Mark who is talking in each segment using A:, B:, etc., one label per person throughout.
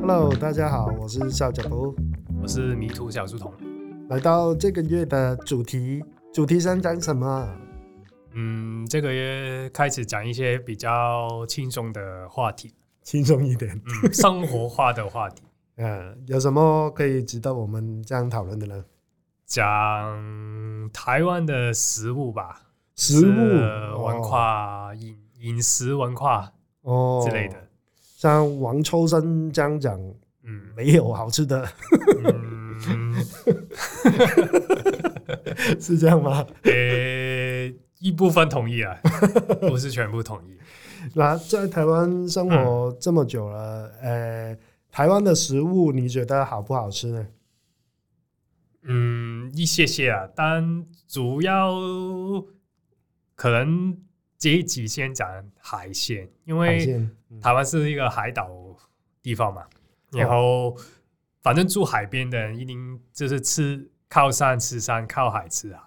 A: Hello，大家好，我是小脚头，
B: 我是迷途小书童。
A: 来到这个月的主题，主题想讲什么？啊
B: 嗯，这个月开始讲一些比较轻松的话题，
A: 轻松一点。
B: 嗯，生活化的话题，
A: 嗯，有什么可以值得我们这样讨论的呢？
B: 讲台湾的食物吧，
A: 食物
B: 是文化、饮饮食文化
A: 哦
B: 之类的。。
A: 像王秋生这样讲，
B: 嗯
A: 没有好吃 的，
B: 嗯，
A: 是这样吗？
B: 呃、一部分同意啊，不是全部同意。
A: 那在台湾生活
B: 嗯
A: 这么久了，呃，台湾的食物你觉得好不好吃呢？
B: 嗯，一些些啊，但主要可能这一集先讲海鲜，因
A: 海
B: 为
A: 鲜，嗯哦
B: 台湾是一个海岛地方嘛，然后反正住海边的人一定就是吃靠山吃山，靠海吃海。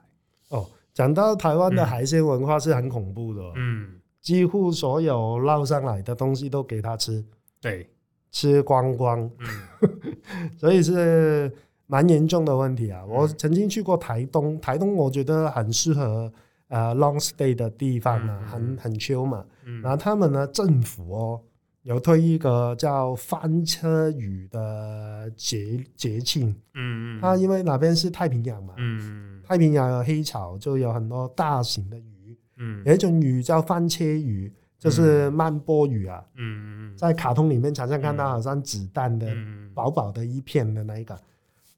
A: 哦，讲到台湾的
B: 嗯
A: 海鲜文化是很恐怖的哦、
B: 嗯，
A: 几乎所有捞上来的东西都给他吃，
B: 对，
A: 吃光光，
B: 嗯 嗯
A: 所以是蛮严重的问题啊。我曾经去过台东，台东我觉得很适合呃 long stay 的地方啊
B: 嗯，
A: 很很 chill 嘛。然
B: 嗯
A: 后他们呢，政府哦有推一个叫翻车雨的节节庆，
B: 嗯
A: 它因为那边是太平洋嘛，
B: 嗯
A: 太平洋有黑潮，就有很多大型的鱼，
B: 嗯
A: 有一种鱼叫翻车鱼，就是慢波鱼啊，
B: 嗯
A: 在卡通里面常常看到好像子弹的
B: 嗯
A: 薄薄的一片的那一个，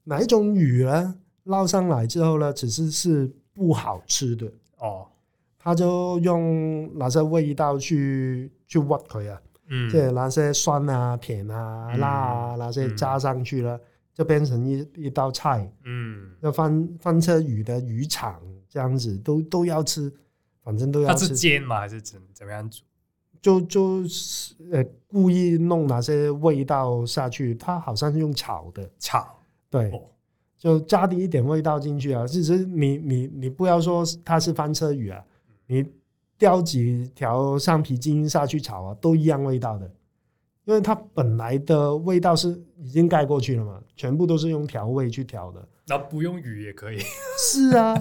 A: 哪一种鱼呢？捞上来之后呢，只是是不好吃的，
B: 哦
A: 他就用那些味道去去屈佢啊。
B: 嗯
A: 即係那些酸啊、甜啊、
B: 嗯
A: 辣啊那些
B: 嗯
A: 加上去了，就变成一一道菜。
B: 嗯，
A: 那翻翻车鱼的鱼肠这样子都都要吃，反正都要
B: 它是
A: 吃，
B: 煎吗？还是怎怎么样煮？
A: 就就是呃故意弄那些味道下去，它好像是用炒的，
B: 炒
A: 对，
B: 哦
A: 就加低一点味道进去啊。其实你你你不要说它是翻车鱼啊，你钓几条橡皮筋下去炒啊，都一样味道的，因为它本来的味道是已经盖过去了嘛，全部都是用调味去调的。
B: 那不用鱼也可以。
A: 是啊，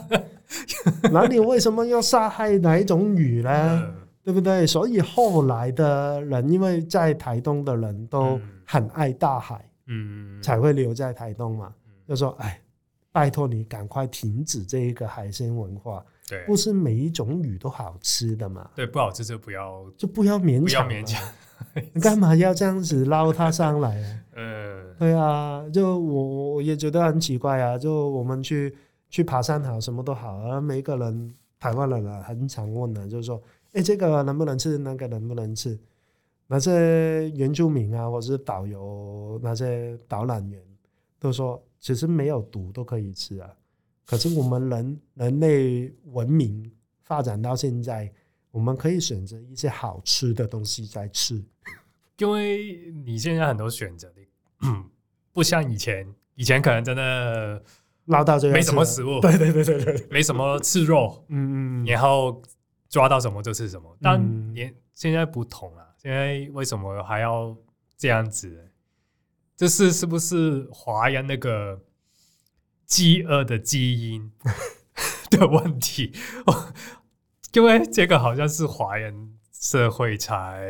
A: 那你为什么要杀害哪一种鱼呢？
B: 嗯
A: 对不对？所以后来的人，因为在台东的人都很爱大海，
B: 嗯，
A: 才会留在台东嘛
B: 嗯。
A: 就说，哎，拜托你赶快停止这一个海鲜文化，
B: 对
A: 不是每一种鱼都好吃的嘛，
B: 对，不好吃就不要
A: 就不要勉
B: 不要
A: 强，
B: 勉强，。
A: 你干嘛要这样子捞它上来啊？
B: 嗯
A: 对啊，就我我我也觉得很奇怪啊，就我们去去爬山好，什么都好，而每一个人台湾人啊，很常问的、就是说，哎，这个能不能吃，那个能不能吃？那些原住民啊，或者是导游，那些导览员都说，其实没有毒都可以吃啊。可是我们人人类文明发展到现在，我们可以选择一些好吃的东西再吃。
B: 因为你现在很多选择，你嗯不像以前，以前可能真的
A: 唠到这个
B: 没什么食 物，
A: 对对对对对，
B: 没什么吃肉，
A: 嗯嗯嗯，
B: 然后抓到什么就吃什么。
A: 嗯
B: 但也现在不同了，现在为什么还要这样子？这是是不是华人那个饥饿的基 因的问题？ 因为这个好像是华人社会才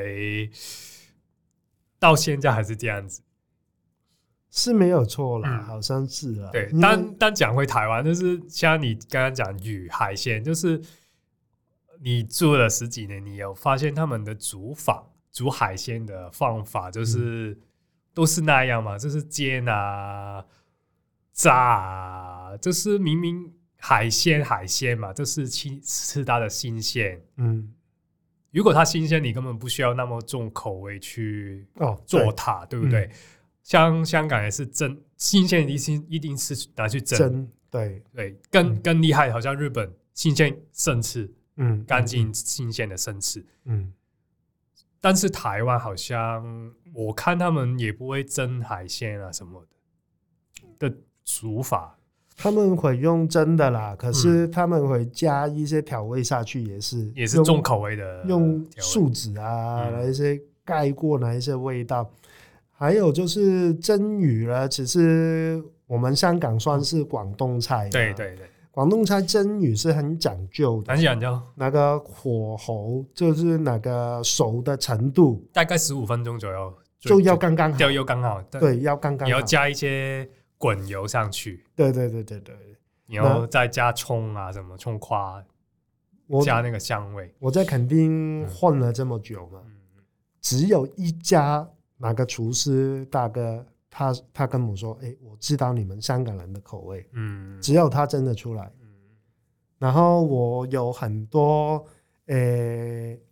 B: 到现在还是这样子。
A: 是没有错啦，
B: 嗯
A: 好像是啦。
B: 对
A: 啊因，为
B: 但但讲回台湾，就是像你刚刚讲鱼海鲜，就是你住了十几年，你有发现他们的煮法、煮海鲜的方法，就是、
A: 嗯
B: 都是那样嘛，就是煎啊、炸啊，就是明明海鲜海鲜嘛，就是吃吃它的新鲜。
A: 嗯，
B: 如果它新鲜，你根本不需要那么重口味去
A: 哦，
B: 做
A: 对
B: 它，对不对？像香港也是蒸新鲜，一定一定是拿去蒸，
A: 真对，
B: 对，更
A: 嗯
B: 更厉害，好像日本新鲜生吃，
A: 嗯，
B: 干净新鲜的生吃。
A: 嗯，
B: 但是台湾好像我看他们也不会蒸海鲜啊什么的的煮法，
A: 他们会用真的啦，可是他们会加一些调味下去，也是
B: 嗯也是
A: 用
B: 重口味的
A: 用
B: 调味
A: 树脂啊，
B: 嗯
A: 那一些盖过那一些味道。还有就是蒸鱼了，其实我们香港算是广东菜，
B: 对，对对，
A: 广东菜蒸鱼是很讲究的，
B: 很讲究，
A: 那个火候就是那个熟的程度
B: 大概十五分钟左右
A: 就要刚刚好，
B: 就又刚好，但
A: 对，要刚刚
B: 你要
A: 好，
B: 加一些滚油上去，
A: 对对对对对，
B: 然后再加葱啊什么葱花，
A: 我
B: 加那个香味，
A: 我在垦丁混了这么久嘛，
B: 嗯，
A: 只有一家哪个厨师大哥，他他跟我说，哎，我知道你们香港人的口味，
B: 嗯
A: 只有他真的出来。
B: 嗯
A: 然后我有很多呃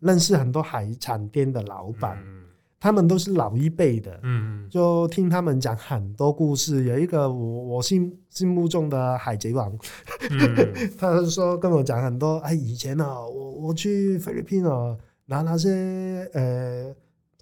A: 认识很多海产店的老板，
B: 嗯
A: 他们都是老一辈的，
B: 嗯
A: 就听他们讲很多故事。有一个我我心心目中的海贼王，
B: 嗯
A: 他就说跟我讲很多，哎，以前啊，我我去菲律宾啊，拿那些呃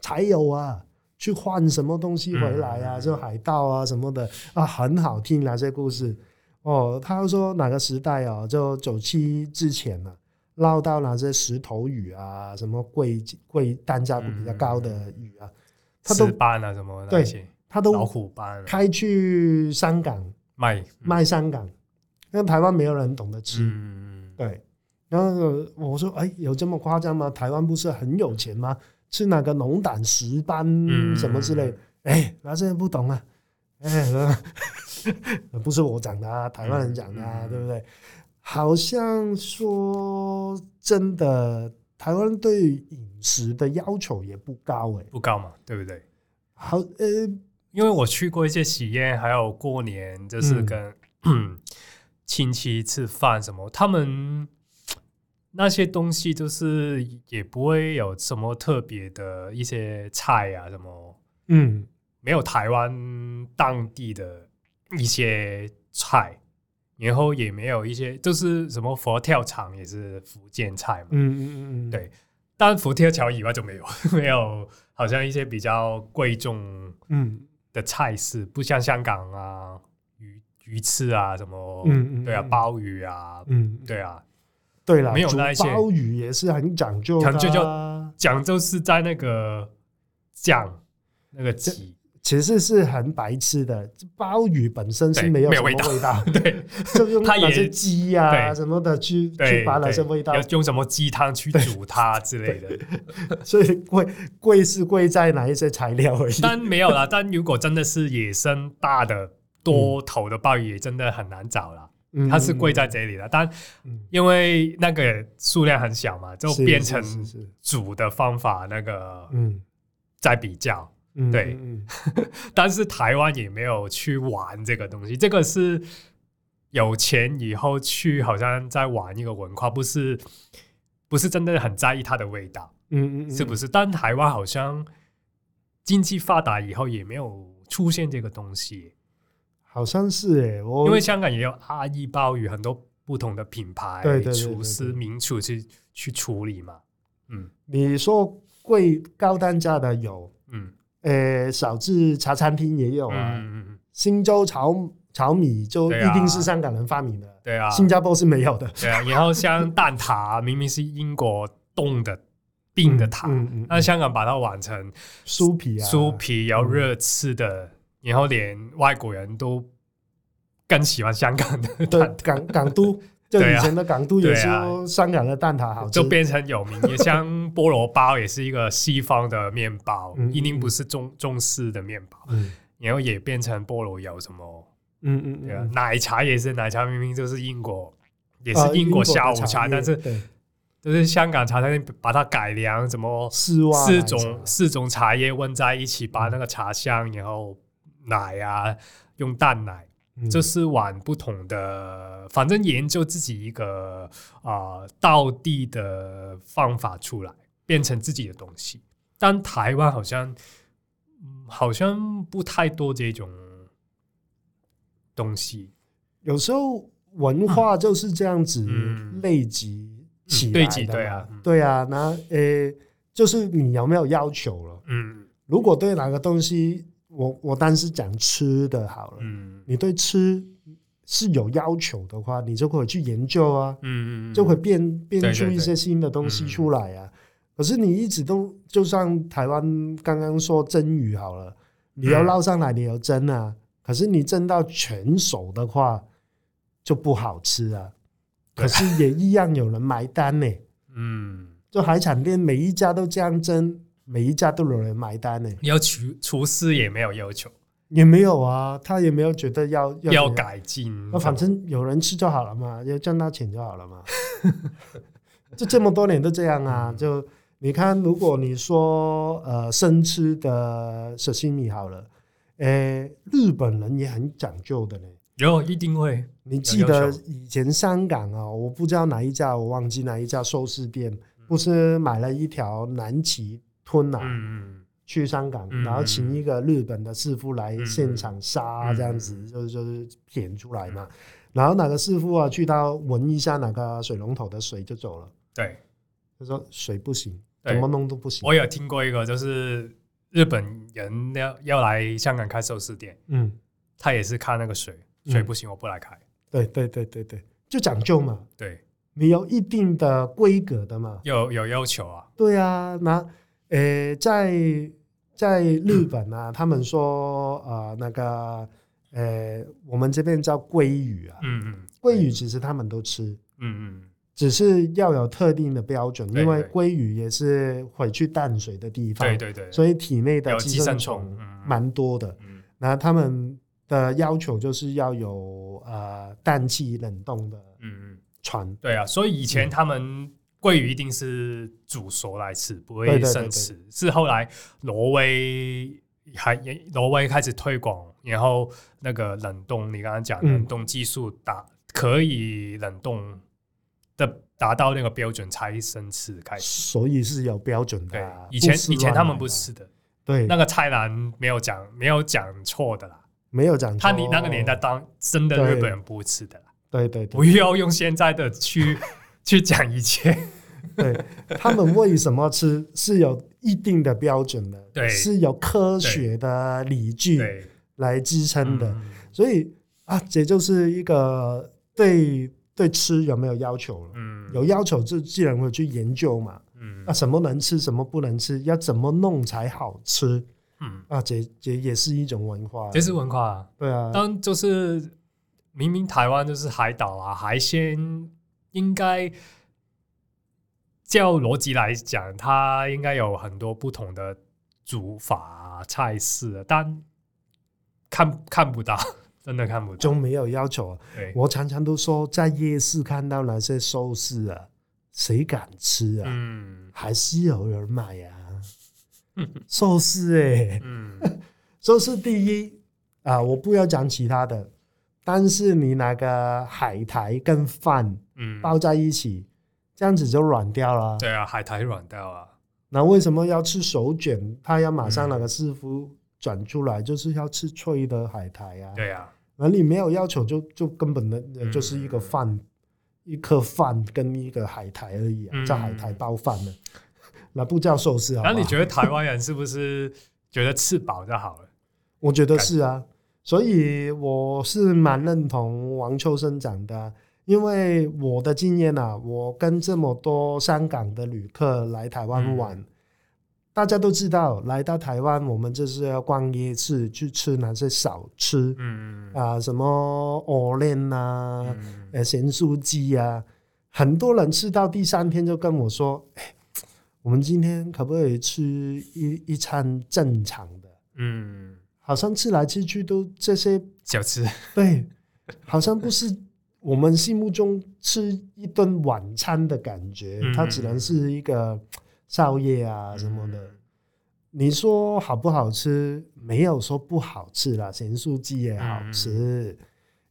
A: 柴油啊，去换什么东西回来啊，
B: 嗯
A: 就海盗啊什么的啊，很好听那些故事。哦，他又说哪个时代啊，就九七之前啊，捞到那些石头鱼啊，什么贵贵单价比较高的鱼啊，他都
B: 石斑啊什么那
A: 对
B: 些，
A: 他
B: 老
A: 都
B: 虎嗯斑啊
A: 开去香港
B: 卖
A: 卖香港，因为台湾没有人懂得吃。
B: 嗯嗯
A: 对，然后我说，哎，有这么夸张吗？台湾不是很有钱吗？吃那个龙胆石斑
B: 嗯
A: 什么之类，哎，那些不懂啊，哎，呃 不是我讲的啊，台湾人讲的啊，
B: 嗯嗯
A: 对不对？好像说真的，台湾人对饮食的要求也不高哎、
B: 不高嘛，对不对？
A: 好，呃，
B: 因为我去过一些喜宴，还有过年，就是
A: 嗯
B: 跟 亲戚吃饭什么，他们那些东西就是也不会有什么特别的一些菜啊，什么
A: 嗯，
B: 没有台湾当地的一些菜，然后也没有一些就是什么佛跳墙也是福建菜嘛，
A: 嗯嗯嗯嗯，
B: 对当然佛跳墙以外就没有 没有，好像一些比较贵重
A: 嗯，
B: 的菜式，不像香港啊，鱼鱼翅啊，什么，
A: 嗯嗯
B: 对啊，
A: 嗯
B: 鲍鱼啊，
A: 嗯，
B: 对啊，
A: 对了，
B: 没有
A: 煮
B: 那一些
A: 鲍鱼也是很讲究的、
B: 讲
A: 啊，
B: 究讲究是在那个酱那个鸡，
A: 其实是很白痴的，鲍鱼本身是
B: 对
A: 没有
B: 没
A: 什
B: 有
A: 么味
B: 味道，
A: 道
B: 对
A: 就用
B: 它也
A: 那些鸡呀、
B: 对
A: 什么的去
B: 对，
A: 去把那些
B: 对
A: 味道
B: 要，用什么鸡汤去煮它之 类的，
A: 所以贵贵是贵在哪一些材料而已。
B: 但没有啦。但如果真的是野生大的多头的鲍鱼，也真的很难找啦。
A: 嗯
B: 它是贵在这里的，但
A: 嗯
B: 因为那个数量很小嘛，就是变成
A: 是是是
B: 煮的方法那个
A: 嗯
B: 在比较。
A: 嗯
B: 对
A: 嗯嗯
B: 但是台湾也没有去玩这个东西，这个是有钱以后去好像在玩一个文化，不是不是真的很在意它的味道，
A: 嗯嗯嗯，
B: 是不
A: 是？
B: 是？但台湾好像经济发达以后也没有出现这个东西，
A: 好像是诶、我
B: 因为香港也有阿姨鲍鱼，很多不同的品牌
A: 对对对对
B: 厨师
A: 对
B: 名厨去去处理嘛，嗯
A: 你说贵高单价的有，
B: 嗯
A: 呃，小至茶餐厅也有
B: 嗯
A: 啊，
B: 嗯嗯，
A: 新洲炒炒米就
B: 对
A: 一
B: 啊
A: 定是香港人发明的，
B: 对啊，
A: 新加坡是没有的。
B: 对啊，然后像蛋挞，明明是英国冻的冰的塔，
A: 嗯嗯嗯
B: 那香港把它玩成
A: 酥皮啊，
B: 酥皮，然后热吃的，然后连外国人都更喜欢香港的
A: 对
B: 蛋挞，
A: 港港都，就
B: 对啊
A: 以前的港都也
B: 对啊
A: 说香港的蛋挞好吃
B: 就，变成有 名。也像菠萝包也是一个西方的面包，
A: 嗯嗯
B: 一定不是中中式的面包，
A: 嗯
B: 然后也变成菠萝油什么，
A: 嗯嗯
B: 对啊，
A: 嗯，
B: 奶茶也是奶茶，明明就是英国。也
A: 啊
B: 是英国
A: 的
B: 下午
A: 茶
B: 茶，
A: 叶，
B: 但是
A: 对
B: 就是香港茶餐厅把它改良，怎么
A: 丝袜
B: 四
A: 奶茶
B: 种四种茶叶混在一起，把那个茶香，然后奶啊，用淡奶，
A: 嗯
B: 就是玩不同的，反正研究自己一个啊、呃、道地的方法出来，变成自己的东西。但台湾好像、嗯好像不太多这种东西，
A: 有时候文化就是这样子
B: 嗯
A: 累积起
B: 嗯
A: 来
B: 对
A: 的
B: 积
A: 嘛
B: 对啊嗯
A: 对啊，那呃，就是你有没有要求了？
B: 嗯
A: 如果对哪个东西，我我单是讲吃的好了，
B: 嗯嗯
A: 你对吃是有要求的话，你就可以去研究啊，
B: 嗯，嗯
A: 就会变
B: 对
A: 变出
B: 对
A: 一
B: 对
A: 些新的东西
B: 嗯
A: 出来啊。可是你一直都，就像台湾刚刚说蒸鱼好了，你
B: 嗯
A: 要捞上来，你要蒸啊。可是你蒸到全熟的话，就不好吃啊。
B: 对
A: 可是也一样有人买单呢、
B: 嗯，
A: 就海产店每一家都这样蒸，每一家都有人买单呢、
B: 要厨厨师也没有要求，
A: 也没有啊，他也没有觉得要要
B: 要
A: 怎样
B: 改进
A: 那，反正有人吃就好了嘛，有赚到钱就好了嘛。就这么多年都这样啊，就你看，如果你说呃生吃的寿司米好了，呃，日本人也很讲究的呢。
B: 有一定会，
A: 你记
B: 有要
A: 得
B: 求
A: 以前香港啊，我不知道哪一家，我忘记哪一家寿司店，不是买了一条南极吞啊，
B: 嗯
A: 去香港，
B: 嗯
A: 然后请一个日本的师傅来现场杀，
B: 嗯
A: 这样子、
B: 嗯
A: 就是就是舔出来嘛。然后哪个师傅啊去到闻一下哪个水龙头的水就走了，
B: 对，
A: 他说水不行，
B: 对
A: 怎么弄都不行。
B: 我有听过一个，就是日本人要要来香港开寿司店，
A: 嗯，
B: 他也是看那个水，
A: 嗯
B: 水不行我不来开，
A: 对对对对对，就讲究嘛，
B: 对，
A: 你有一定的规格的嘛。
B: 有有要求啊，
A: 对啊，那呃，在在日本啊，他们说呃那个呃，我们这边叫鲑鱼啊，
B: 嗯嗯
A: 鲑鱼其实他们都吃。
B: 嗯嗯，
A: 只是要有特定的标准，
B: 对
A: 因为
B: 对
A: 鲑鱼也是会去淡水的地方，
B: 对对对，
A: 所以体内的
B: 有
A: 寄
B: 寄
A: 生
B: 生
A: 虫
B: 虫嗯
A: 蛮多的。
B: 嗯
A: 那他们的要求就是要有呃氮气冷冻的
B: 嗯嗯，
A: 船，
B: 对啊，所以以前
A: 嗯
B: 他们鲑鱼一定是煮熟来吃，不
A: 嗯对对
B: 会
A: 对
B: 生吃。是后来挪威还也挪威开始推广，然后那个冷冻，你刚刚讲
A: 嗯
B: 冷冻技术达可以冷冻的达到那个标准才生吃开始。
A: 所以是有标准的
B: 对
A: 啊。，
B: 以前
A: 不是
B: 以前他
A: 乱
B: 们
A: 来
B: 不
A: 的，
B: 吃的，
A: 对，
B: 那个菜篮没有讲没有讲错的啦。
A: 没有讲
B: 他
A: 说
B: 你那个年代，当真的
A: 哦对
B: 日本人不吃的啦，
A: 对对
B: 不
A: 对
B: 要用现在的去 去讲以前。
A: 对，他们为什么吃是有一定的标准的，
B: 对
A: 是有科学的理据
B: 对，
A: 来支撑的。
B: 嗯
A: 所以啊，这就是一个对对吃有没有要求了。
B: 嗯，
A: 有要求就自然会去研究嘛。
B: 嗯
A: 啊，什么能吃，什么不能吃，要怎么弄才好吃
B: 嗯，
A: 啊？这这也是一种文化。
B: 这是文化啊。
A: 对啊，
B: 当就是明明台湾就是海岛啊，海鲜应该照逻辑来讲，它应该有很多不同的煮法、啊、菜式、啊，但看看不到， 真的看不到。
A: 就没有要求啊。
B: 对，
A: 我常常都说，在夜市看到那些寿司啊，谁敢吃啊？
B: 嗯
A: 还是有人买啊。寿司哎、
B: 嗯
A: 这是第一啊，我不要讲其他的，但是你那个海苔跟饭
B: 嗯，
A: 包在一起，这样子就软掉了。
B: 对啊，海苔软掉啊，
A: 那为什么要吃手卷？他要马上那个师傅转出来，就是要吃脆的海苔啊。
B: 嗯对啊，
A: 那你没有要求就，就根本的呃
B: 嗯
A: 就是一个饭，一颗饭跟一个海苔而已、啊，
B: 嗯
A: 叫海苔包饭呢、那不叫寿司好不
B: 那
A: 好
B: 你觉得台湾人是不是觉得吃饱就好了？
A: 我觉得是啊，所以我是蛮认同王秋生讲的啊、因为我的经验啊，我跟这么多香港的旅客来台湾玩，
B: 嗯
A: 大家都知道，来到台湾我们就是要逛夜市，去吃那些小吃
B: 嗯
A: 啊、什么藕链啊，
B: 嗯
A: 呃咸酥鸡啊，很多人吃到第三天就跟我说：“哎，我们今天可不可以吃一一餐正常的？”
B: 嗯，
A: 好像吃来吃去都这些，
B: 小 吃，
A: 对，好像不是我们心目中吃一顿晚餐的感觉，
B: 嗯
A: 它只能是一个宵夜啊什么
B: 嗯
A: 的。你说好不好吃？没有说不好吃啦，咸酥鸡也好吃，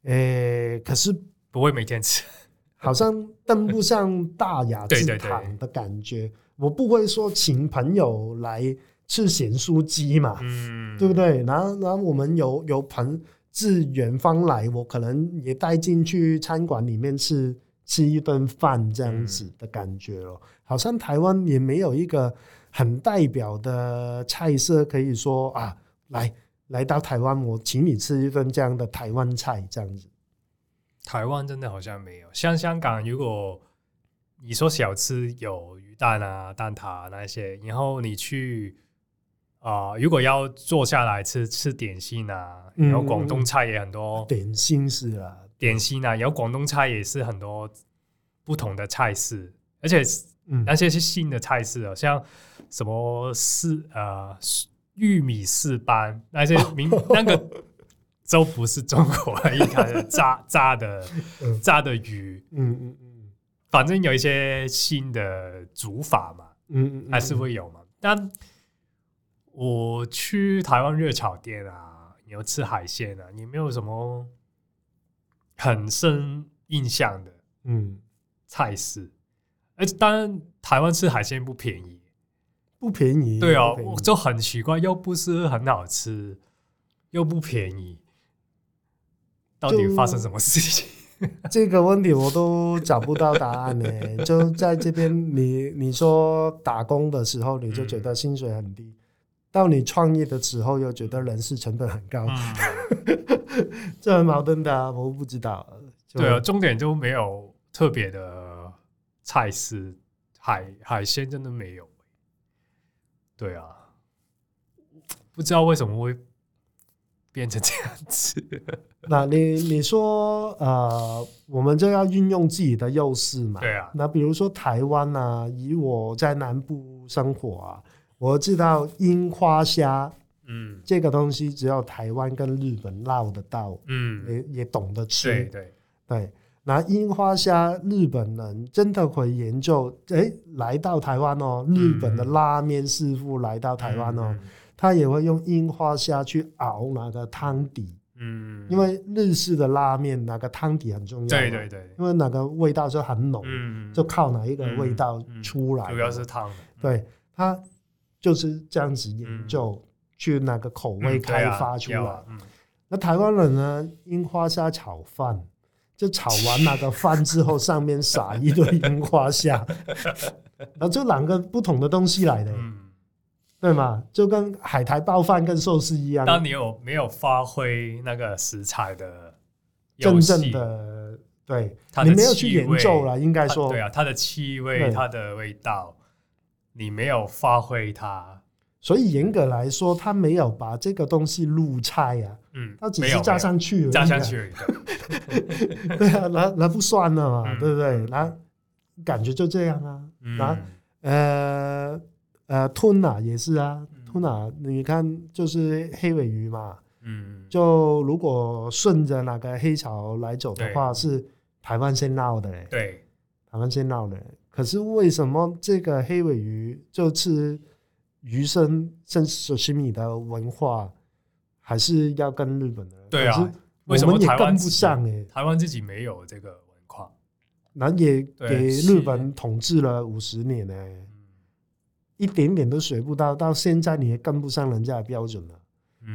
B: 嗯
A: 诶、可是
B: 不会每 天吃。
A: 好像登不上大雅之
B: 对对
A: 堂
B: 对
A: 的感觉。我不会说请朋友来吃咸酥鸡嘛，
B: 嗯，
A: 啊对不？对？然后，然后我们有有朋自远方来，我可能也带进去餐馆里面吃吃一顿饭这样子的感觉咯。好像台湾也没有一个很代表的菜色，可以说啊，来来到台湾，我请你吃一顿这样的台湾菜这样子。
B: 台湾真的好像没有，像香港，如果你说小吃有鱼蛋啊、蛋挞啊那一些，然后你去啊、如果要坐下来吃吃点心啊，
A: 嗯
B: 然后广东菜也很多，
A: 点心是啦，
B: 点心啊，然后广东菜也是很多不同的菜式，而且
A: 嗯，
B: 那些是新的菜式哦，像什么四呃玉米四斑那些名那个都不是中国的，应该是炸炸的
A: 嗯
B: 炸的鱼，
A: 嗯嗯嗯
B: 反正有一些新的煮法嘛，
A: 嗯嗯，
B: 还是会有嘛。但我去台湾热炒店啊，你要吃海鲜啊，你没有什么很深印象的
A: 嗯
B: 菜式，而且当然台湾吃海鲜不便宜。
A: 不便宜，
B: 对哦
A: 不，便宜
B: 我就很奇怪，又不是很好吃，又不便宜，到底
A: 就
B: 发生什么事情？
A: 这个问题我都找不到答案呢、 就在这边你，你说打工的时候，你就觉得薪水很低；
B: 嗯
A: 到你创业的时候，又觉得人事成本很 高，
B: 嗯，
A: 这很矛盾的啊、我不知道。就
B: 对啊，，重点就没有特别的菜式，海海鲜真的没有。对啊，不知道为什么会变成这样 子。
A: 那你你说呃，我们就要运用自己的优势嘛。
B: 对啊，
A: 那比如说台湾啊，以我在南部生活啊，我知道樱花虾
B: 嗯
A: 这个东西只有台湾跟日本捞得到，
B: 嗯，
A: 也也懂得吃。
B: 对对，
A: 对，那樱花虾，日本人真的会研究，诶，来到台湾哦，
B: 嗯
A: 日本的拉面师傅来到台湾哦，他也会用樱花虾去熬那个汤底，
B: 嗯，嗯，
A: 因为日式的拉面那个汤底很重要，
B: 对对，对，
A: 因为那个味道就很浓，
B: 嗯，
A: 就靠哪一个味道
B: 嗯嗯
A: 出来，
B: 主要是嗯汤的，
A: 对他就是这样子研究。去那个口
B: 嗯
A: 味
B: 对
A: 开
B: 啊
A: 发出来，
B: 有啊嗯
A: 那台湾人呢，樱花虾炒饭，就炒完那个饭之后，上面撒一堆樱花虾， 然后就两个不同的东西来的，
B: 嗯，
A: 对吗？就跟海苔包饭跟寿司一样，
B: 当你有没有发挥那个食材的
A: 真
B: 游
A: 正
B: 戏
A: 的对
B: 它，的
A: 你没有去研
B: 气
A: 究
B: 味
A: 了，应该
B: 它
A: 说
B: 对，啊，它的气
A: 对
B: 味、它的味道，你没有发挥它，
A: 所以严格来说，他没有把这个东西入菜啊，
B: 嗯，
A: 他只
B: 没
A: 是
B: 有
A: 加上去而已
B: 没有
A: 啊，
B: 加上去而已，对
A: 对啊，那那不算了嘛，
B: 嗯
A: 对不对？
B: 嗯
A: 那感觉就这样 啊，然后
B: 嗯，
A: 呃呃，吞拿也是啊，
B: 嗯
A: 吞拿你看就是黑尾鱼嘛，
B: 嗯，
A: 就如果顺着那个黑潮来走的
B: 对
A: 话，是台湾先闹的嘞，
B: 对，
A: 台湾先闹的。可是为什么这个黑尾鱼就吃鱼生生寿司米的文化，还是要跟日本的？
B: 对啊
A: 可是
B: 为什
A: 我
B: 么
A: 们也
B: 台
A: 跟
B: 湾
A: 不
B: 自己
A: 上哎、欸？
B: 台湾自己没有这个文化，
A: 然后也
B: 对
A: 给日
B: 是
A: 本统治了五十年呢、
B: 嗯
A: 一点点都学不到，到现在你也跟不上人家的标准了。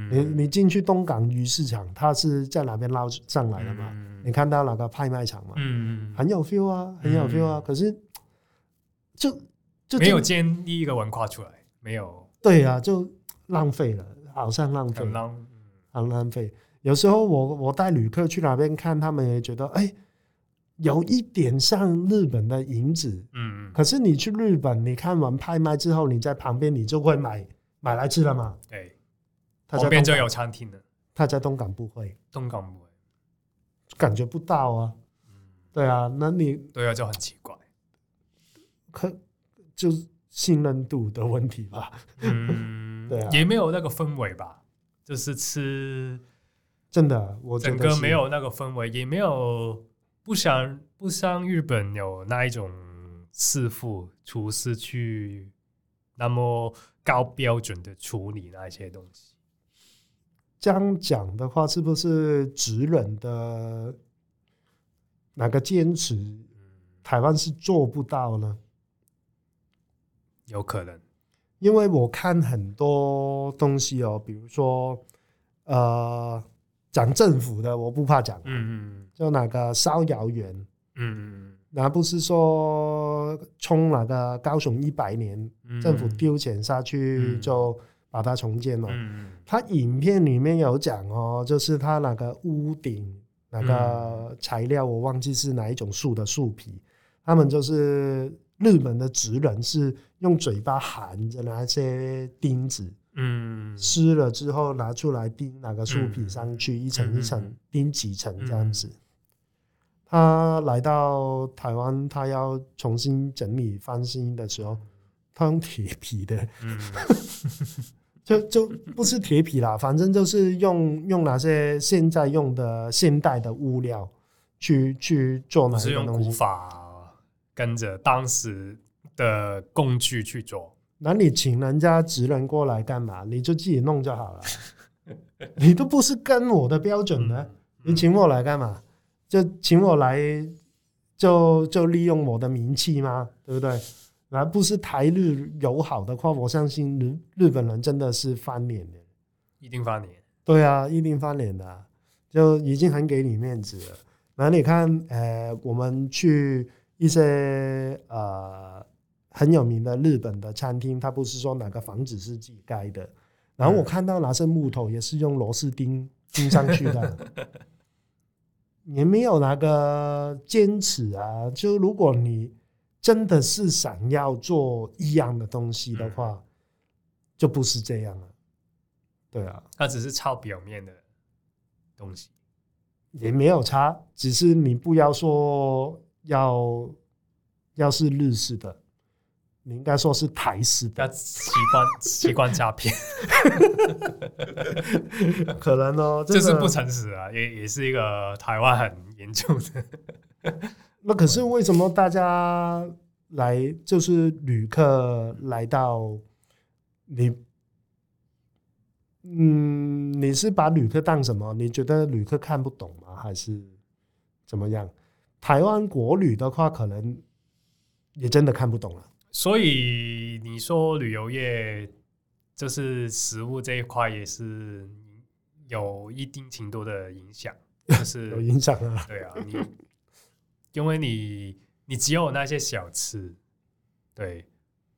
A: 你
B: 嗯，
A: 你进去东港鱼市场，它是在哪边捞上来的嘛？
B: 嗯
A: 你看到哪个拍卖场嘛？
B: 嗯，
A: 很有 feel 啊，很有 feel 啊。
B: 嗯
A: 可是就就
B: 没有
A: 就
B: 建立一个文化出来，没有
A: 对啊，就浪费了，好像浪费
B: 很
A: 了，
B: 浪，
A: 很浪费。有时候我我带旅客去那边看，他们也觉得哎，有一点像日本的银子。
B: 嗯嗯，
A: 可是你去日本，你看完拍卖之后，你在旁边你就会买买来吃了嘛？
B: 对，
A: 他在
B: 旁边
A: 东
B: 就有餐厅了，
A: 他在东港不会，
B: 东港不会，
A: 感觉不到啊。对啊，那你
B: 对啊，就很奇 怪。
A: 可就信任度的问题吧，
B: 嗯，
A: 对啊
B: 也没有那个氛围吧，就是吃
A: 真的，我觉
B: 整
A: 得
B: 个
A: 是
B: 没有那个氛围，也没有不像不像日本有那一种师傅厨师去那么高标准的处理那一些东西。
A: 这样讲的话，是不是职人的哪个坚持，
B: 嗯，
A: 台湾是做不到呢？
B: 有可能，
A: 因为我看很多东西哦，比如说呃，讲政府的我不怕讲，
B: 嗯
A: 就哪个烧窑园，
B: 嗯嗯
A: 那不是说冲那个高雄一百年，
B: 嗯，
A: 政府丢钱下去
B: 嗯
A: 就把它重建嘛。
B: 嗯，嗯
A: 它影片里面有讲哦，就是它那个屋顶那
B: 嗯
A: 个材料，我忘记是哪一种树的树皮，他们就是日本的职人是用嘴巴含着那些钉子，
B: 嗯，
A: 湿了之后拿出来冰，拿个树皮上去，一层一
B: 嗯嗯
A: 层
B: 嗯
A: 冰几层这样子。他来到台湾，他要重新整理翻新的时候，他用铁皮的，
B: 嗯，
A: 就就不是铁皮啦，反正就是用用那些现在用的现代的物料去去做
B: 不
A: 那
B: 是
A: 些
B: 用
A: 东
B: 古
A: 西。
B: 法跟着当时的工具去做，
A: 那你请人家职人过来干嘛？你就自己弄就好了，你都不是跟我的标准的。
B: 嗯
A: 你请我来干嘛？就请我来，就就利用我的名气吗？对不对？而不是台日友好的话，我相信日日本人真的是翻脸的。
B: 一定发年，
A: 对啊，一定翻脸的啊、就已经很给你面子了。然后你看，呃，我们去一些呃很有名的日本的餐厅，它不是说哪个房子是自己盖的，然后我
B: 嗯
A: 看到拿些木头也是用螺丝钉钉上去的，也没有那个坚持啊。就如果你真的是想要做一样的东西的话，就不是这样了。对啊，
B: 它只是超表面的东西。
A: 也没有差，只是你不要说要要是日式的，你应该说是台式
B: 要
A: 的，
B: 习 惯习惯诈骗，
A: 可能哦，
B: 这是
A: 真的
B: 不诚实啊，也也是一个台湾很严重的。
A: 那可是为什么大家来就是旅客来到你，嗯，你是把旅客当什么？你觉得旅客看不懂吗？还是怎么样？台湾国旅的话，可能也真的看不懂了。
B: 所以你说旅游业就是食物这一块也是有一定程度的影响，就
A: 有
B: 是
A: 影响啊，
B: 对啊，你因为你你只有那些小吃，对，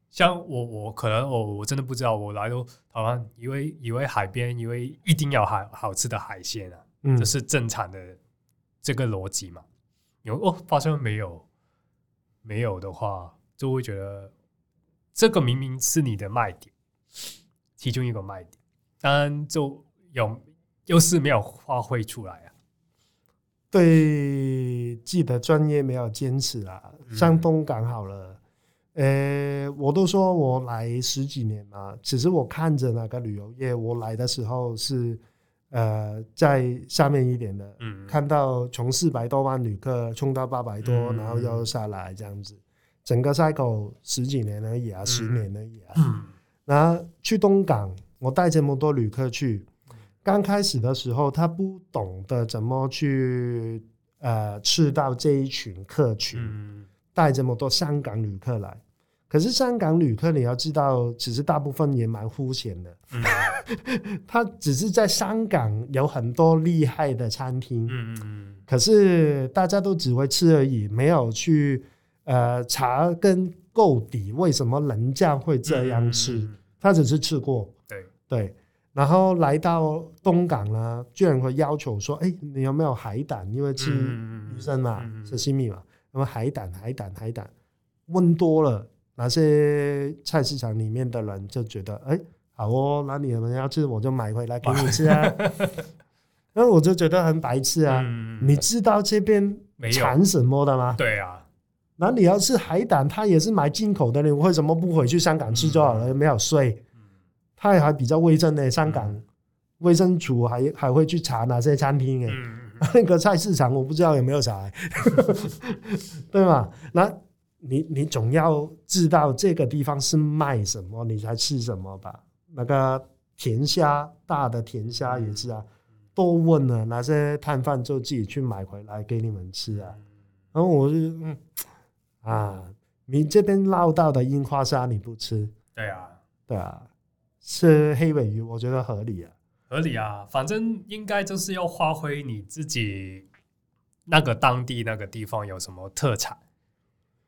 B: 像我我可能我我真的不知道，我来到台湾以为以为海边以为一定要海好吃的海鲜啊，
A: 嗯
B: 这，是正常的这个逻辑嘛？有哦，发现没有？没有的话，就会觉得这个明明是你的卖点，其中一个卖点，当然就有优势没有发挥出来啊。
A: 对自己的专业没有坚持啊。
B: 嗯
A: 像东港好了，呃，我都说我来十几年嘛，只是我看着那个旅游业，我来的时候是呃在下面一点的，
B: 嗯，
A: 看到从四百多万旅客冲到八百多，
B: 嗯
A: 然后又下来这样子，整个 cycle 十几年而已啊，十年而已啊。
B: 嗯，
A: 然后去东港，我带这么多旅客去，刚开始的时候他不懂得怎么去呃吃到这一群客群，
B: 嗯
A: 带这么多香港旅客来。可是香港旅客你要知道，其实大部分也蛮肤浅的，
B: 嗯
A: 他只是在香港有很多厉害的餐厅，
B: 嗯嗯
A: 可是大家都只会吃而已，没有去呃查跟够底为什么人家会这样吃。
B: 嗯
A: 他只是吃过，
B: 对
A: 对，然后来到东港啦，居然会要求说，哎，你有没有海胆？因为吃
B: 嗯
A: 鱼生嘛
B: 嗯，
A: 吃西米嘛，那么海胆、海胆、海胆，问多了，那些菜市场里面的人就觉得，哎，好哦，那你们要吃我就买回来给你吃 啊。那我就觉得很白痴啊，
B: 嗯
A: 你知道这边
B: 没有
A: 产什么的吗？
B: 对啊，
A: 那你要是海胆，他也是买进口的，你为什么不回去香港吃就好了？没有税，他还比较卫生呢。香港
B: 嗯嗯
A: 卫生署还还会去查哪些餐厅诶、
B: 嗯嗯
A: 那个菜市场我不知道有没有查、 对吧？那你你总要知道这个地方是卖什么，你才吃什么吧？那个甜虾，大的甜虾也是啊，
B: 嗯
A: 多问了，那些摊贩就自己去买回来给你们吃啊。然后我就嗯啊，你这边捞到的樱花虾你不吃，
B: 对啊，
A: 对啊，吃黑尾鱼我觉得合理啊。
B: 合理啊，反正应该就是要发挥你自己那个当地那个地方有什么特产，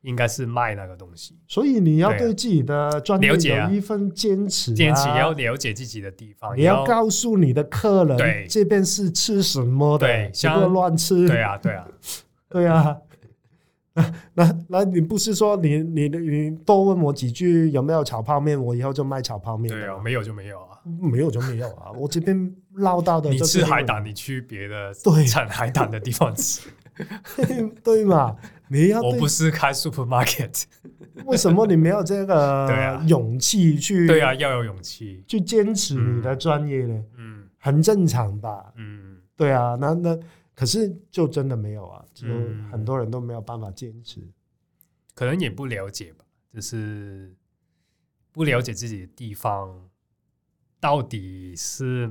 B: 应该是卖那个东西。
A: 所以你要
B: 对啊
A: 对自己的专业
B: 了解啊
A: 有一份坚持、啊
B: 坚持要了解自己的地方，
A: 你
B: 也
A: 要告诉你的客
B: 对
A: 人这边是吃什么的
B: 对，
A: 不
B: 像
A: 要乱吃。
B: 对啊，对啊，
A: 对啊， 那那你不是说你你你多问我几句有没有炒泡面，我以后就卖炒泡面
B: 对
A: 的
B: 啊，
A: 吗？
B: 没有就没有啊。
A: 没有就没有啊。我这边唠叨的
B: 你
A: 就是
B: 吃海
A: 因为
B: 胆，你去别的
A: 对
B: 产海胆的地方吃，
A: 对嘛？你要
B: 我
A: 对
B: 不是开 supermarket。
A: 为什么你没有这个
B: 对啊
A: 勇气去
B: 对啊，要有勇气。
A: 去坚持你的专业呢？
B: 嗯
A: 很正常吧？
B: 嗯
A: 对啊，那那可是就真的没有啊，就
B: 嗯
A: 很多人都没有办法坚持。
B: 可能也不了解吧，就是不了解自己的地方到底是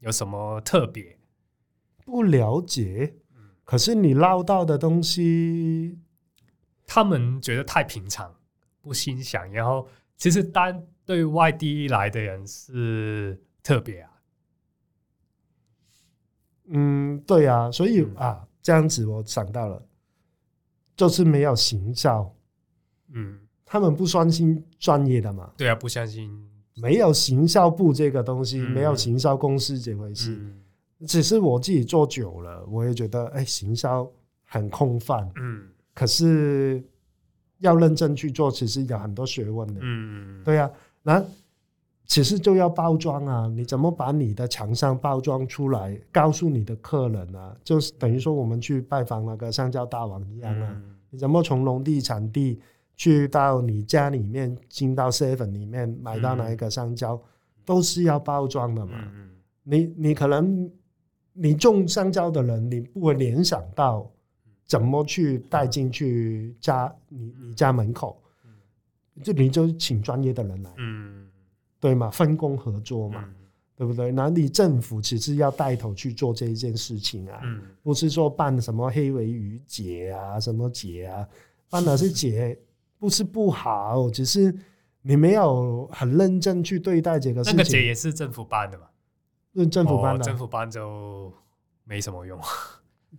B: 有什么特别。
A: 不了解，
B: 嗯
A: 可是你唠叨的东西，
B: 他们觉得太平常，不欣赏。然后其实当对外地来的人是特别啊，
A: 嗯，对啊，所以、
B: 嗯
A: 啊，这样子我想到了，就是没有行销，
B: 嗯，
A: 他们不专心专业的嘛，
B: 对啊，不相信，
A: 没有行销部这个东西，
B: 嗯
A: 没有行销公司这回事。
B: 嗯
A: 只是我自己做久了，我也觉得，哎，行销很空泛，
B: 嗯
A: 可是要认真去做，其实有很多学问的。
B: 嗯，
A: 对啊，那其实就要包装啊，你怎么把你的厂商包装出来，告诉你的客人啊，就是等于说我们去拜访那个香蕉大王一样啊，
B: 嗯
A: 你怎么从农地产地去到你家里面，进到 seven 里面买到哪一个香蕉，都是要包装的嘛。
B: 嗯
A: 你你可能你种香蕉的人，你不会联想到怎么去带进去家你你家门口，就你就请专业的人来，
B: 嗯
A: 对吗？分工合作
B: 嗯
A: 嘛，对不对？那你政府其实要带头去做这一件事情啊，
B: 嗯
A: 不是说办什么黑尾鱼节啊、什么节啊，办的是节，不是不好，只是你没有很认真去对待这个事
B: 那个节
A: 情。
B: 也是政府办的嘛，
A: 论政府办
B: 哦
A: 的啊，
B: 政府办就没什么用。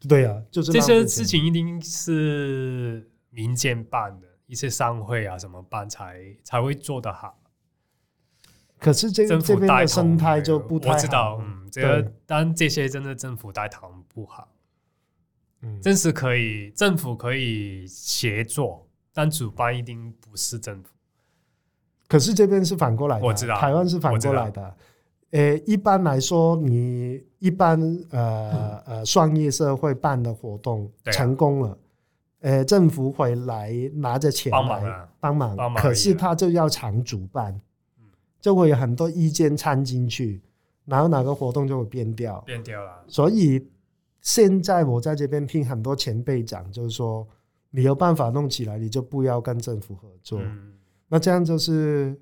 A: 对啊，就是
B: 这
A: 浪
B: 些
A: 费
B: 事
A: 钱
B: 情一定是民间办的，一些商会啊什么办才才会做得好。
A: 可是这
B: 政
A: 这
B: 府
A: 边
B: 带
A: 的
B: 头
A: 生态
B: 没
A: 就
B: 有
A: 不太
B: 我知道
A: 好，
B: 嗯，这个
A: 对
B: 但这些真的政府带头不好，
A: 嗯
B: 真是可以，政府可以协作，但主办一定不是政府。
A: 可是这边是反过来的，
B: 我知道
A: 台湾是反过来的。呃，一般来说，你一般呃呃创业社会办的活动
B: 嗯对啊
A: 成功了，呃，政府会来拿着钱
B: 帮忙
A: 来
B: 啊
A: 帮忙，
B: 帮忙而已啊嗯
A: 可是他就要常主办，就会有很多意见掺进去，然后哪个活动就会变掉。
B: 变掉了，
A: 所以现在我在这边听很多前辈讲，就是说你有办法弄起来，你就不要跟政府合作。
B: 嗯
A: 那这样就是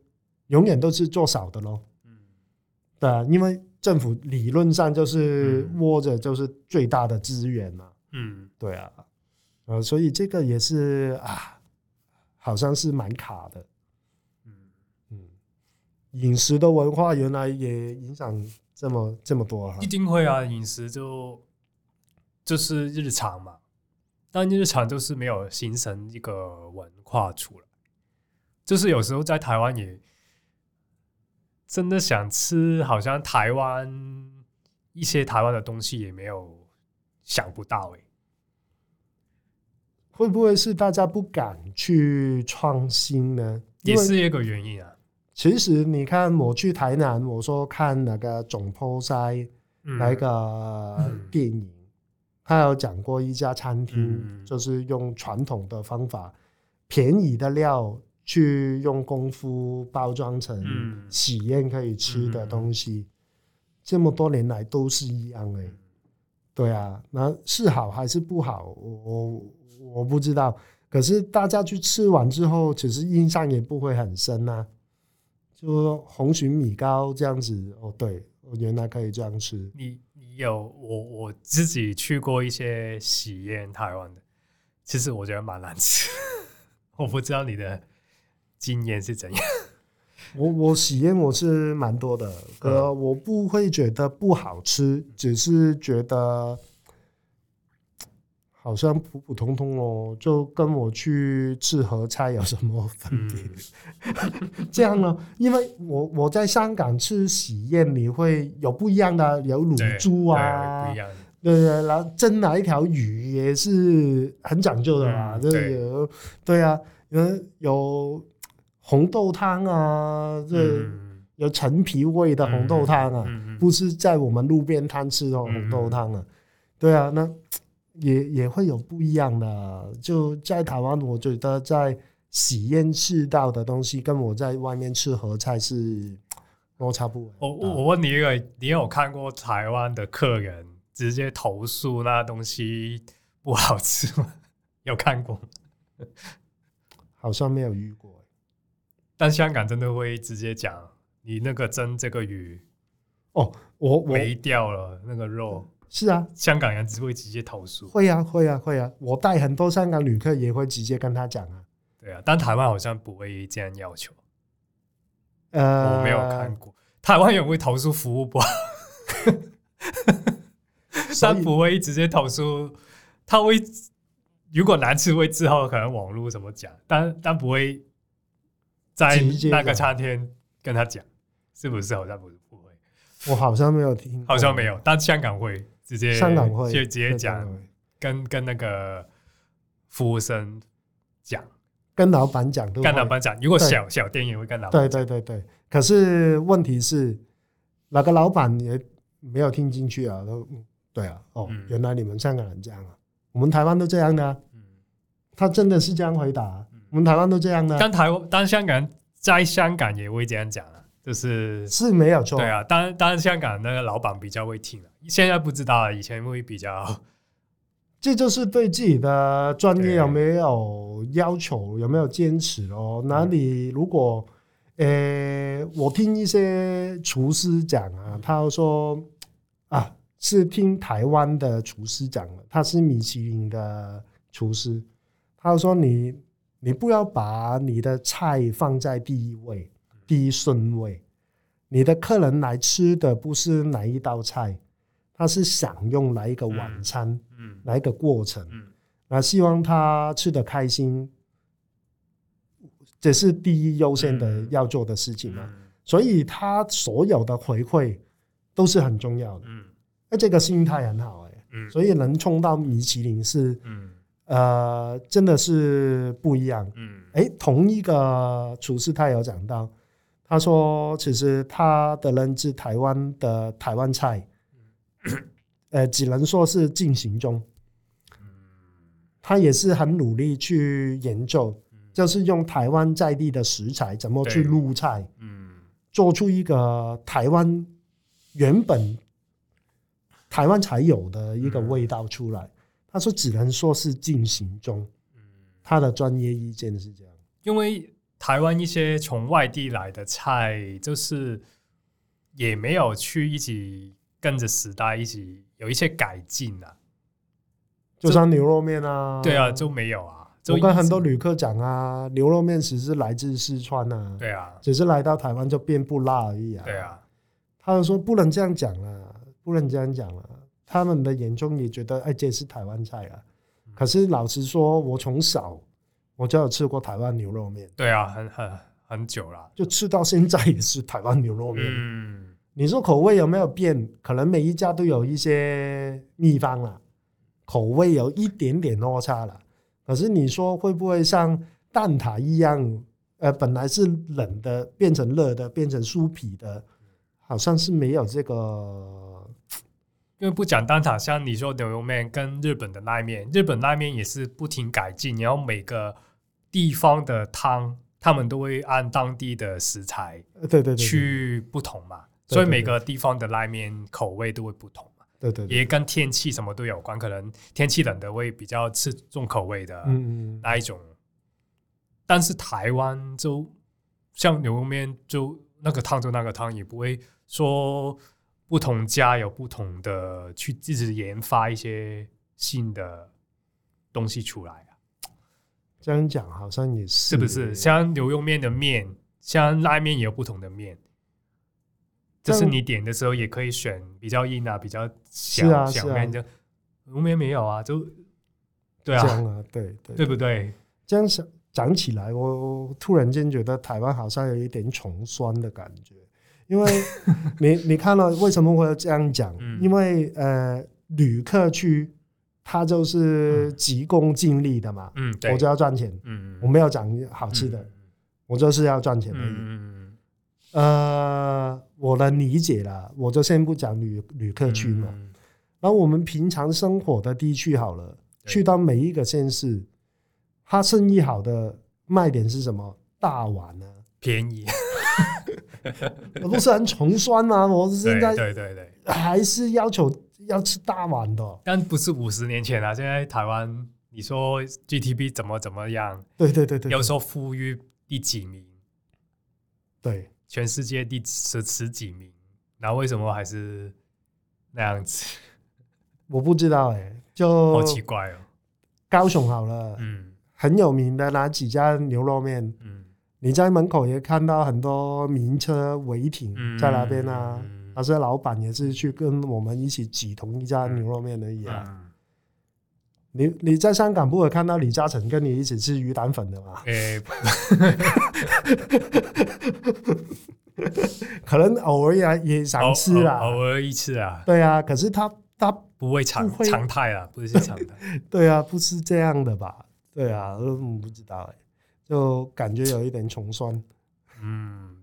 A: 永远都是做少的咯。
B: 嗯
A: 对啊，因为政府理论上就是
B: 嗯
A: 握着就是最大的资源嘛。
B: 嗯，
A: 对啊，呃，所以这个也是啊，好像是蛮卡的。
B: 嗯
A: 嗯，饮食的文化原来也影响这么这么多啊
B: 一。定会啊，饮食就就是日常嘛，但日常就是没有形成一个文化出来，就是有时候在台湾也真的想吃，好像台湾一些台湾的东西也没有想不到哎、
A: 会不会是大家不敢去创新呢？因
B: 也
A: 为
B: 是一个原因啊，
A: 其实你看，我去台南，我说看那个总剖塞
B: 嗯
A: 那个电影，他有讲过一家餐厅，
B: 嗯
A: 就是用传统的方法，便宜的料去用功夫包装成
B: 嗯
A: 喜宴可以吃的
B: 嗯
A: 东西，这么多年来都是一样哎、
B: 嗯
A: 对啊，那是好还是不好，我我我不知道。可是大家去吃完之后，其实印象也不会很深呐、就说红鲟米糕这样子，哦，对，我原来可以这样吃。
B: 你你有我我自己去过一些喜宴台湾的，其实我觉得蛮难吃， 我不知道你的经验是怎样。
A: 我我喜宴我是蛮多的，呃，
B: 嗯
A: 我不会觉得不好吃，只是觉得好像普普通通哦，就跟我去吃合菜有什么分 别？这样呢，因为我我在香港吃喜宴，你会有不一样的，有乳
B: 对
A: 猪
B: 对
A: 啊
B: 不一，样。
A: 对对，对然后蒸哪一条鱼也是很讲究的嘛，
B: 嗯
A: 就是
B: 对
A: 有对啊，有有红豆汤啊，这
B: 嗯，
A: 有陈皮味的红豆汤啊，
B: 嗯嗯嗯
A: 不是在我们路边摊吃的红豆汤啊。对啊，那也也会有不一样的。啊就在台湾，我觉得在喜宴吃到的东西，跟我在外面吃合菜是落差不
B: 我
A: 很大
B: 我我问你一个，你有看过台湾的客人直接投诉那东西不好吃吗？有看过，
A: 好像没有遇过。
B: 但香港真的会直接讲你那个蒸这个鱼
A: 我我
B: 没掉了那个肉，
A: 是啊，
B: 香港人只会直接投诉。
A: 会啊，会啊，会啊！我带很多香港旅客也会直接跟他讲啊。
B: 对啊，但台湾好像不会这样要求，
A: 呃，
B: 我没有看过。台湾也会投诉服务不好，
A: 所
B: 但
A: 以，
B: 不会直接投诉，他会如果难吃会之后可能网络怎么讲，但但不会在
A: 直接
B: 那个
A: 讲
B: 餐厅跟他讲，是不是？好像不不会，
A: 我好像没有听过，
B: 好像没有，但香港会直接
A: 嗯香港会
B: 就直接
A: 对
B: 讲
A: 香港会
B: 跟跟那个服务生讲，
A: 跟老板讲都
B: 跟老
A: 会
B: 板讲。如果
A: 对
B: 小小店也会跟老
A: 对
B: 板
A: 对对对，可是问题是，哪个老板也没有听进去啊？都嗯对啊，哦，
B: 嗯
A: 原来你们香港人这样啊，我们台湾都这样的啊、
B: 嗯
A: 他真的是这样回答啊、我们台湾都这样的啊、
B: 但台湾但香港人在香港也会这样讲啊，就是
A: 是没有错，
B: 对啊，当然当然香港那个老板比较会听了、啊现在不知道了，以前会比较
A: 这就是对自己的专
B: 对
A: 业有没有要求，有没有坚持哦。哪里如果，呃，我听一些厨师讲啊，他说啊，是听台湾的厨师讲的，他是米其林的厨师，他说你你不要把你的菜放在第一位，第一顺位，你的客人来吃的不是哪一道菜，他是享用哪一个晚餐。
B: 嗯
A: 来一个过程，
B: 嗯
A: 那希望他吃得开心，这是第一优先的
B: 嗯
A: 要做的事情嘛。
B: 嗯
A: 所以他所有的回馈都是很重要的，
B: 嗯
A: 那这个心态很好哎、
B: 嗯
A: 所以能冲到米其林是
B: 嗯
A: 呃，真的是不一样。
B: 嗯
A: 哎，同一个厨师他有讲到，他说其实他的认知台湾的台湾菜， 呃，只能说是进行中。他也是很努力去研究，就是用台湾在地的食材怎么去
B: 对
A: 入菜，
B: 嗯
A: 做出一个台湾原本台湾才有的一个味道出来。他说只能说是进行中，
B: 嗯，
A: 他的专业意见是这样。
B: 因为台湾一些从外地来的菜，就是也没有去一起跟着时代一起有一些改进啊，
A: 就像牛肉面啊，
B: 对啊，就没有啊，就
A: 我
B: 一
A: 跟
B: 直
A: 很多旅客讲啊，牛肉面只是来自四川啊，
B: 对啊
A: 只是来到台湾就变不辣而已啊。
B: 对，啊，
A: 他们说不能这样讲啊，不能这样讲啊。他们的眼中也觉得，哎，这是台湾菜啊。
B: 嗯
A: 可是老实说，我从小我就有吃过台湾牛肉面，
B: 对啊，很很很久了，
A: 就吃到现在也是台湾牛肉面。
B: 嗯
A: 你说口味有没有变？可能每一家都有一些秘方啦，口味有一点点落差了。可是你说会不会像蛋挞一样？呃，本来是冷的，变成热的，变成酥皮的，好像是没有这个。呃
B: 因为不讲蛋挞，像你说牛肉面跟日本的拉面，日本拉面也是不停改进，然后每个地方的汤，他们都会按当地的食材
A: 呃对对对，
B: 去不同嘛，
A: 对
B: 所以
A: 对
B: 每个地方的拉面口味都会不同嘛，
A: 对对对，
B: 也跟天气什么都有关，可能天气冷的会比较吃重口味的
A: 嗯嗯嗯，
B: 那一种，但是台湾就像牛肉面就那个汤就那个汤，也不会说不同家有不同的去自己研发一些新的东西出来啊，
A: 这样讲好像也是，
B: 是不是？像牛肉面的面，像拉面也有不同的面。
A: 这
B: 就
A: 样
B: 是你点的时候也可以选比较硬啊，比较
A: 是
B: 小、
A: 啊
B: 小
A: 是啊
B: 面的。牛肉面没有啊，就对
A: 这
B: 啊，
A: 样啊？对对
B: 对不对？
A: 这样想讲起来，我我突然间觉得台湾好像有一点穷酸的感觉，因 为你你看了为什么会这样讲？
B: 嗯
A: 因为呃，旅客区它就是急功近利的嘛，
B: 嗯，对
A: 我，就要赚钱，
B: 嗯，
A: 我没有讲好吃的，
B: 嗯
A: 我就是要赚钱而已。
B: 嗯嗯嗯
A: 呃，我能理解啦，我就先不讲旅旅客区嘛。
B: 嗯
A: 然后我们平常生活的地区好了，
B: 对
A: 去到每一个县市，它生意好的卖点是什么？大 碗啊，
B: 便宜，
A: 我不是很穷酸啊，我现
B: 对
A: 在
B: 对对对，
A: 还是要求要吃大碗的。哦
B: 但不是五十年前啊，现在台湾你说 GDP 怎么怎么样，
A: 对对对对，
B: 有时候富裕第几名，
A: 对
B: 全世界第十十几名，然后为什么还是那样子？
A: 我不知道哎、就
B: 好奇怪哦。
A: 高雄好了，
B: 嗯
A: 很有名的哪几家牛肉面，
B: 嗯
A: 你在门口也看到很多名车违停
B: 嗯，
A: 在那边啊。
B: 嗯
A: 那些老板也是去跟我们一起挤同一家牛肉面而已啊。
B: 嗯
A: 你你在香港不会看到李嘉诚跟你一起吃鱼蛋粉的嘛？
B: 诶，
A: 可能偶尔也也想
B: 偶
A: 吃
B: 哦偶偶
A: 啦。
B: 尔一次啊，
A: 对啊，可是他他
B: 不会常
A: 不会
B: 常态啦，不是常态。
A: 对啊，不是这样的吧？对啊，嗯，不知道哎、就感觉有一点穷酸。
B: 嗯，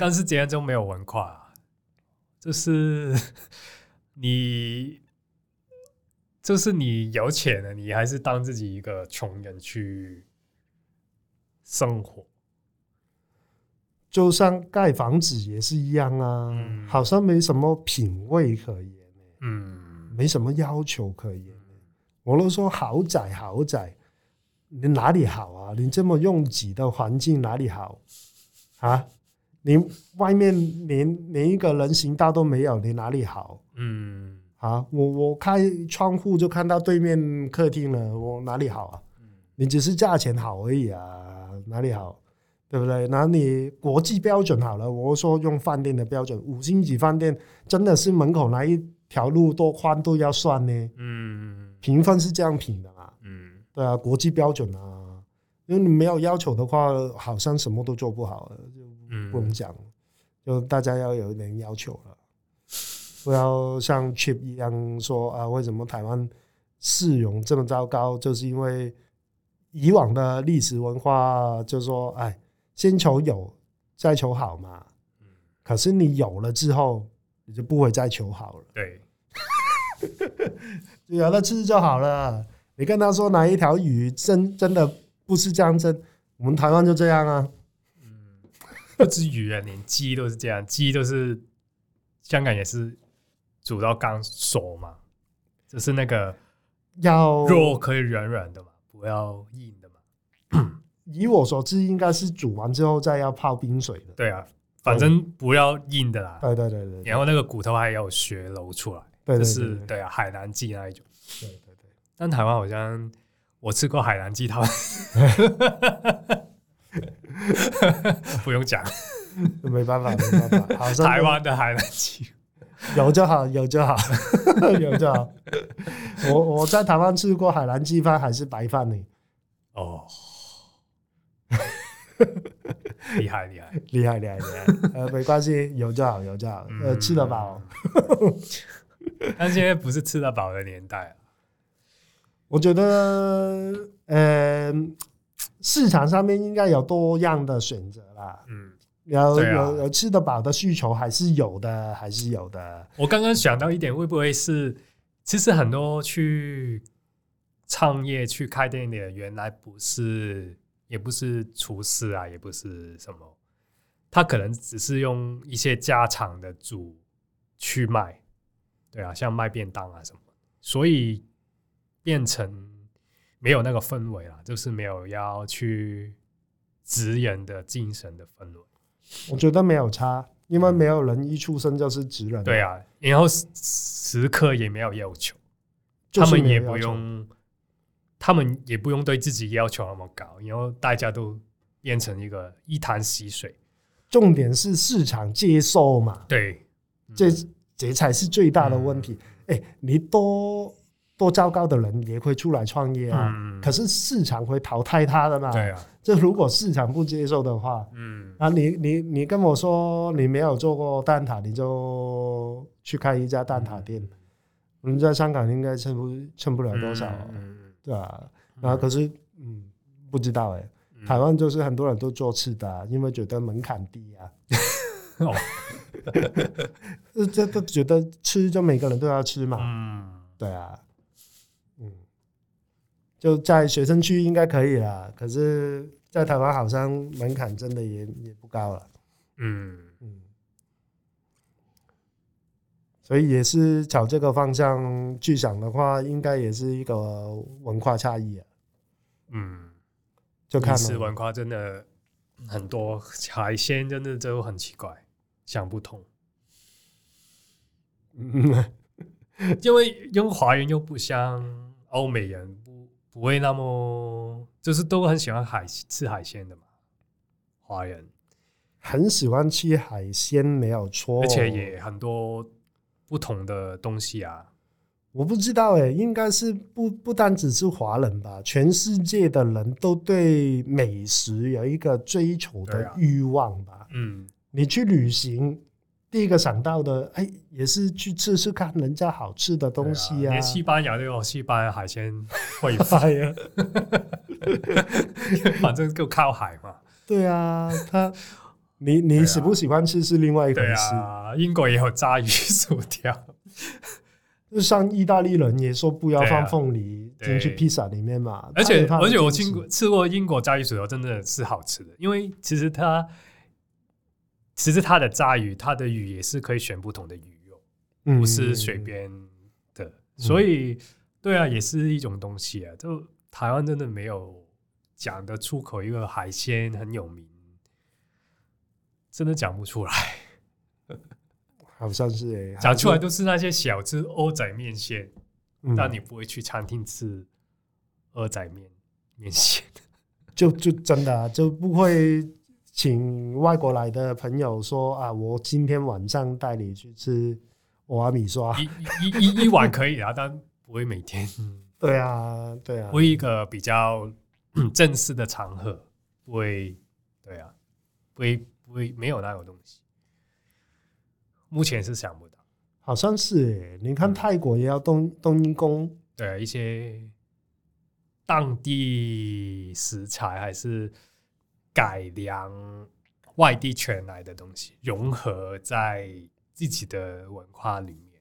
B: 但是捷安州没有文化啊，就是你，就是你有钱了，你还是当自己一个穷人去生活。
A: 就像盖房子也是一样啊，
B: 嗯
A: 好像没什么品味可言、
B: 嗯，
A: 没什么要求可言。我都说豪宅，豪宅，你哪里好啊？你这么拥挤的环境哪里好啊？你外面连连一个人行道都没有，你哪里好
B: 嗯，
A: 啊？我我开窗户就看到对面客厅了，我哪里好啊？你只是价钱好而已啊，哪里好？对不对？那你国际标准好了，我说用饭店的标准，五星级饭店真的是门口那一条路多宽都要算呢。
B: 嗯
A: 评分是这样评的嘛？
B: 嗯
A: 对啊，国际标准啊，因为你没有要求的话，好像什么都做不好了，啊
B: 嗯，
A: 不能讲。就大家要有一点要求了，不要像 Chip 一样说啊，为什么台湾市容这么糟糕？就是因为以往的历史文化，就说哎，先求有，再求好嘛。
B: 嗯
A: 可是你有了之后，你就不会再求好了。
B: 对，
A: 有了吃就好了。你跟他说哪一条鱼真真的不是这样蒸，我们台湾就这样啊。
B: 不止鱼啊，连鸡都是这样，鸡都是香港也是煮到刚熟嘛，就是那个
A: 要
B: 肉可以软软的嘛，不要硬的嘛。
A: 以我所知，应该是煮完之后再要泡冰水的。
B: 对啊，反正不要硬的啦。
A: 对对对对对
B: 然后那个骨头还有血流出来，
A: 对对
B: 就是
A: 对对
B: 对啊，海南鸡那一种。
A: 对对对。
B: 但台湾好像我吃过海南 鸡汤，不用讲，
A: 没办法，没办法，好像
B: 台湾的海南鸡。
A: 有就好，有就好， 有就好。我我在台湾吃过海南鸡饭还是白饭呢，
B: 哦， 厉害厉害，
A: 厉害厉害厉害。 呃，没关系，有就好，有就好。
B: 嗯
A: 呃，吃得饱。
B: 但现在不是吃得饱的年代了。啊
A: 我觉得，呃，市场上面应该有多样的选择啦，
B: 嗯，
A: 有、
B: 对啊
A: 有有吃得饱的需求还是有的，还是有的。
B: 我刚刚想到一点，会不会是其实很多去创业、去开店的人，原来不是也不是厨师啊，也不是什么，他可能只是用一些家常的煮去卖，对啊，像卖便当啊什么，所以变成没有那个氛围了，就是没有要去职人的精神的氛围。
A: 我觉得没有差，因为没有人一出生就是职人，
B: 对，啊，然后食食客也没有要求。
A: 就
B: 他
A: 是
B: 们
A: 没有要
B: 也
A: 求
B: 不，用，他们也不用对自己要求那么高，然后大家都变成一个一潭死水。
A: 重点是市场接受嘛，
B: 对，
A: 这这才是最大的问题。
B: 嗯
A: 哎、你多多糟糕的人也会出来创业啊，
B: 嗯
A: 可是市场会淘汰他的嘛。
B: 对啊，
A: 这如果市场不接受的话，
B: 嗯，
A: 啊，你你你跟我说你没有做过蛋挞，你就去开一家蛋挞
B: 嗯
A: 店。你在香港应该撑不撑不了多少，
B: 嗯
A: 啊对吧、啊？然后可是嗯，不知道哎、台湾就是很多人都做吃的啊、因为觉得门槛低啊。
B: 哦，
A: 这这这觉得吃就每个人都要吃嘛，
B: 嗯，
A: 对啊，嗯，就在学生区应该可以啦，可是，在台湾好像门槛真的也也不高了，
B: 嗯，
A: 嗯，所以也是朝这个方向去想的话，应该也是一个文化差异啊，
B: 嗯，
A: 就看
B: 饮食
A: 了
B: 文化真的很多，海鲜真的都很奇怪，想 不通，
A: 嗯
B: 因为用华人又不像欧美人不不会那么，就是都很喜欢海吃海鲜的嘛，华人，
A: 很喜欢吃海鲜，没有错，
B: 而且
A: 哦
B: 也很多不同的东西啊，
A: 我不知道哎、应该是不不单只是华人吧，全世界的人都对美食有一个追求
B: 对
A: 的
B: 啊
A: 欲望吧。
B: 嗯，
A: 你去旅行，第一个想到的，哎，也是去吃吃看人家好吃的
B: 对
A: 东西
B: 啊，
A: 啊。
B: 连西班牙都有西班牙海鲜烩饭。
A: 哎 呀，
B: 反正就靠海嘛。
A: 对啊，他你你喜不喜欢吃是另外一回
B: 啊对
A: 事。
B: 啊，英国也有炸鱼 薯条。
A: 就像意大利人也说不要
B: 对啊
A: 放凤梨
B: 对
A: 进去披萨里面嘛，
B: 而且
A: 他有他的
B: 而且我
A: 坚持
B: 听过吃过英国炸鱼薯条，真的是好吃的。因为其实它其实它的炸鱼，它的鱼也是可以选不同的鱼肉，不是随。
A: 嗯
B: 便的。所以对啊，也是一种东西啊。就台湾真的没有讲得出口一个海鲜很有名，真的讲不出
A: 啊
B: 来。
A: 好像是哎，
B: 讲出来都是那些小吃，蚵仔面线。
A: 嗯
B: 但你不会去餐厅吃蚵仔面面线。
A: 就就真的啊、就不会请外国来的朋友说啊，我今天晚上带你去吃瓦米刷。
B: 一一一一碗可以啊，但不会每天，
A: 对啊，对啊
B: 不，会一个比较嗯正式的场合，不会，对啊，不会不会没有那种东西。目前是想不到，
A: 好像是耶。你
B: 嗯
A: 看泰国也要冬冬阴功，
B: 对啊、一些当地食材还是改良外地传来的东西，融合在自己的文化里面。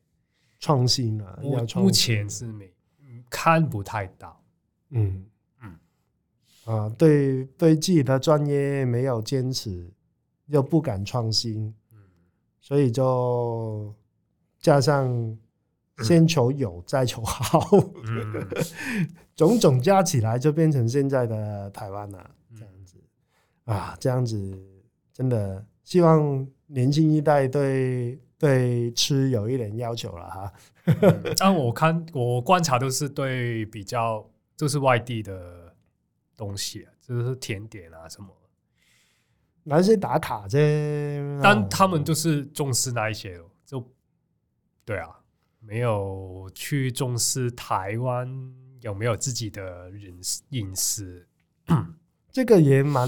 A: 创新啊，
B: 目
A: 要创
B: 目
A: 新
B: 前是没嗯看不太到，
A: 嗯
B: 嗯
A: 啊，对对自己的专业没有坚持，又不敢创新，
B: 嗯
A: 所以就加上先求有，再求好。
B: 嗯，
A: 种种加起来就变成现在的台湾了、这
B: 嗯
A: 样子啊，这样子真的希望年轻一代对对吃有一点要求了哈。
B: 嗯但我看我观察都是对比较就是外地的东西、啊，就是甜点啊什么，
A: 那些打卡嗯啫，哦
B: 但他们就是重视那一些咯，就对啊，没有去重视台湾有没有自己的饮食饮食，
A: 这个也蛮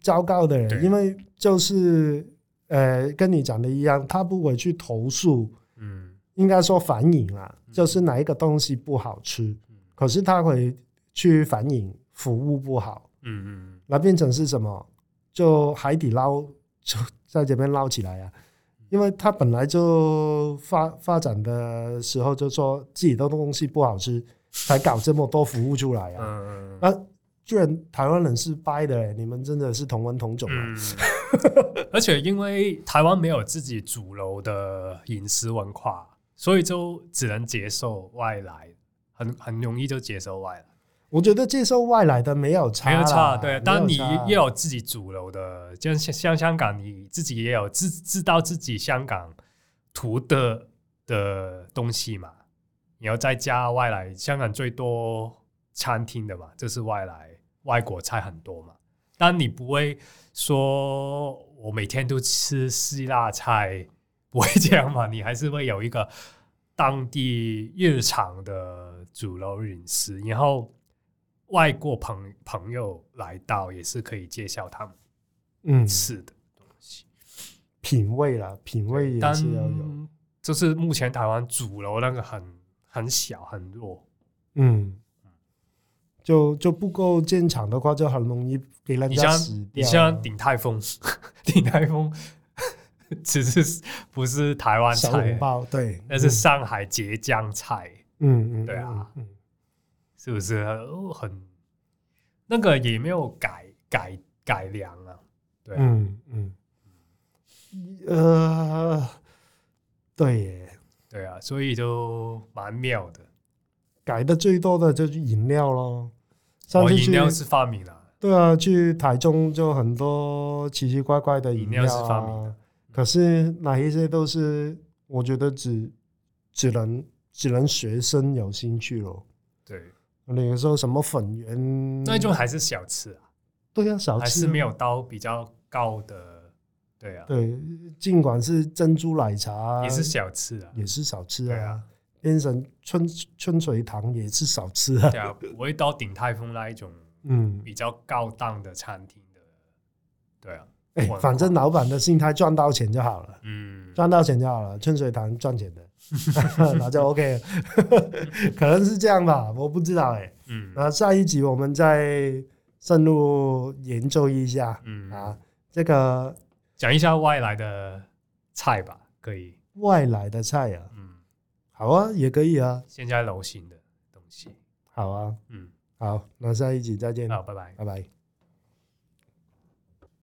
A: 糟糕的
B: 对，
A: 因为就是呃跟你讲的一样，他不会去投诉，
B: 嗯
A: 应该说反映啦，就是哪一个东西不好吃，
B: 嗯
A: 可是他会去反映服务不好。
B: 嗯
A: 那变成是什么？就海底捞就在这边捞起来啊，
B: 嗯
A: 因为它本来就发发展的时候就说自己的东西不好吃，才搞这么多服务出来
B: 嗯
A: 啊。
B: 嗯
A: 那、居然台湾人是掰的、欸，你们真的是同文同种啊！
B: 嗯， 而且因为台湾没有自己主流的饮食文化，所以就只能接受外来，很很容易就接受外来，
A: 我觉得接受外来的没有差
B: 没
A: 啦，
B: 有差。对，当
A: 没
B: 你
A: 有差
B: 也有自己主流的，就像像香港，你自己也有知知道自己香港图的的东西嘛，你要再加外来，香港最多餐厅的嘛，这是外来外国菜很多嘛。但你不会说我每天都吃希腊菜， 不会这样嘛？你还是会有一个当地日常的主流饮食，然后外国朋朋友来到也是可以介绍他们
A: 嗯
B: 吃的东西。
A: 品味啦，品味也
B: 但
A: 是要有，
B: 就是目前台湾主流那个很很小很弱，
A: 嗯，就就不够坚强的话，就很容易给人
B: 你
A: 家
B: 像
A: 死
B: 你
A: 掉
B: 像
A: 啊。
B: 鼎泰丰， 鼎泰丰 只是 不是台湾
A: 小笼
B: 菜，
A: 包，嗯对，
B: 那是上海浙江菜，
A: 嗯嗯，嗯
B: 对啊，
A: 嗯
B: 是不是呃很那个也没有改改改良啊？对啊，
A: 嗯嗯，嗯呃，对耶，
B: 对啊，所以就蛮妙的。
A: 改的最多的就是饮料咯。上
B: 我
A: 次
B: 哦饮
A: 去
B: 料是发明了，
A: 对啊，去台中就很多奇奇怪怪的
B: 饮
A: 料、啊、
B: 料是发明的
A: 可是哪一些都是我觉得只只能只能学生有兴趣咯。
B: 对，
A: 那个时候什么粉圆，
B: 那种还是小吃啊，
A: 对啊，嗯小吃
B: 还是没有到比较高的，对啊，
A: 对，尽管是珍珠奶茶
B: 也是小吃啊，
A: 也是少吃
B: 对
A: 啊，
B: 啊，
A: 变成春春水堂也是少吃啊，
B: 对啊，不会到鼎泰丰那一种
A: 嗯，
B: 比较高档的餐厅的，对啊，
A: 哎、
B: 哇
A: 反正老板的心态赚到钱就好了。
B: 嗯，
A: 赚到钱就好了，春水堂赚钱的， 那就 OK 了， 可能是这样吧，我不知道哎、
B: 嗯
A: 那下一集我们再深入研究一下
B: 嗯，
A: 啊，这个
B: 讲一下外来的菜吧，可以，
A: 外来的菜啊，
B: 嗯，
A: 好啊，也可以啊，
B: 现在流行的东西，
A: 好啊，
B: 嗯，
A: 好，那下一集再见，
B: 好，拜拜。
A: 拜拜。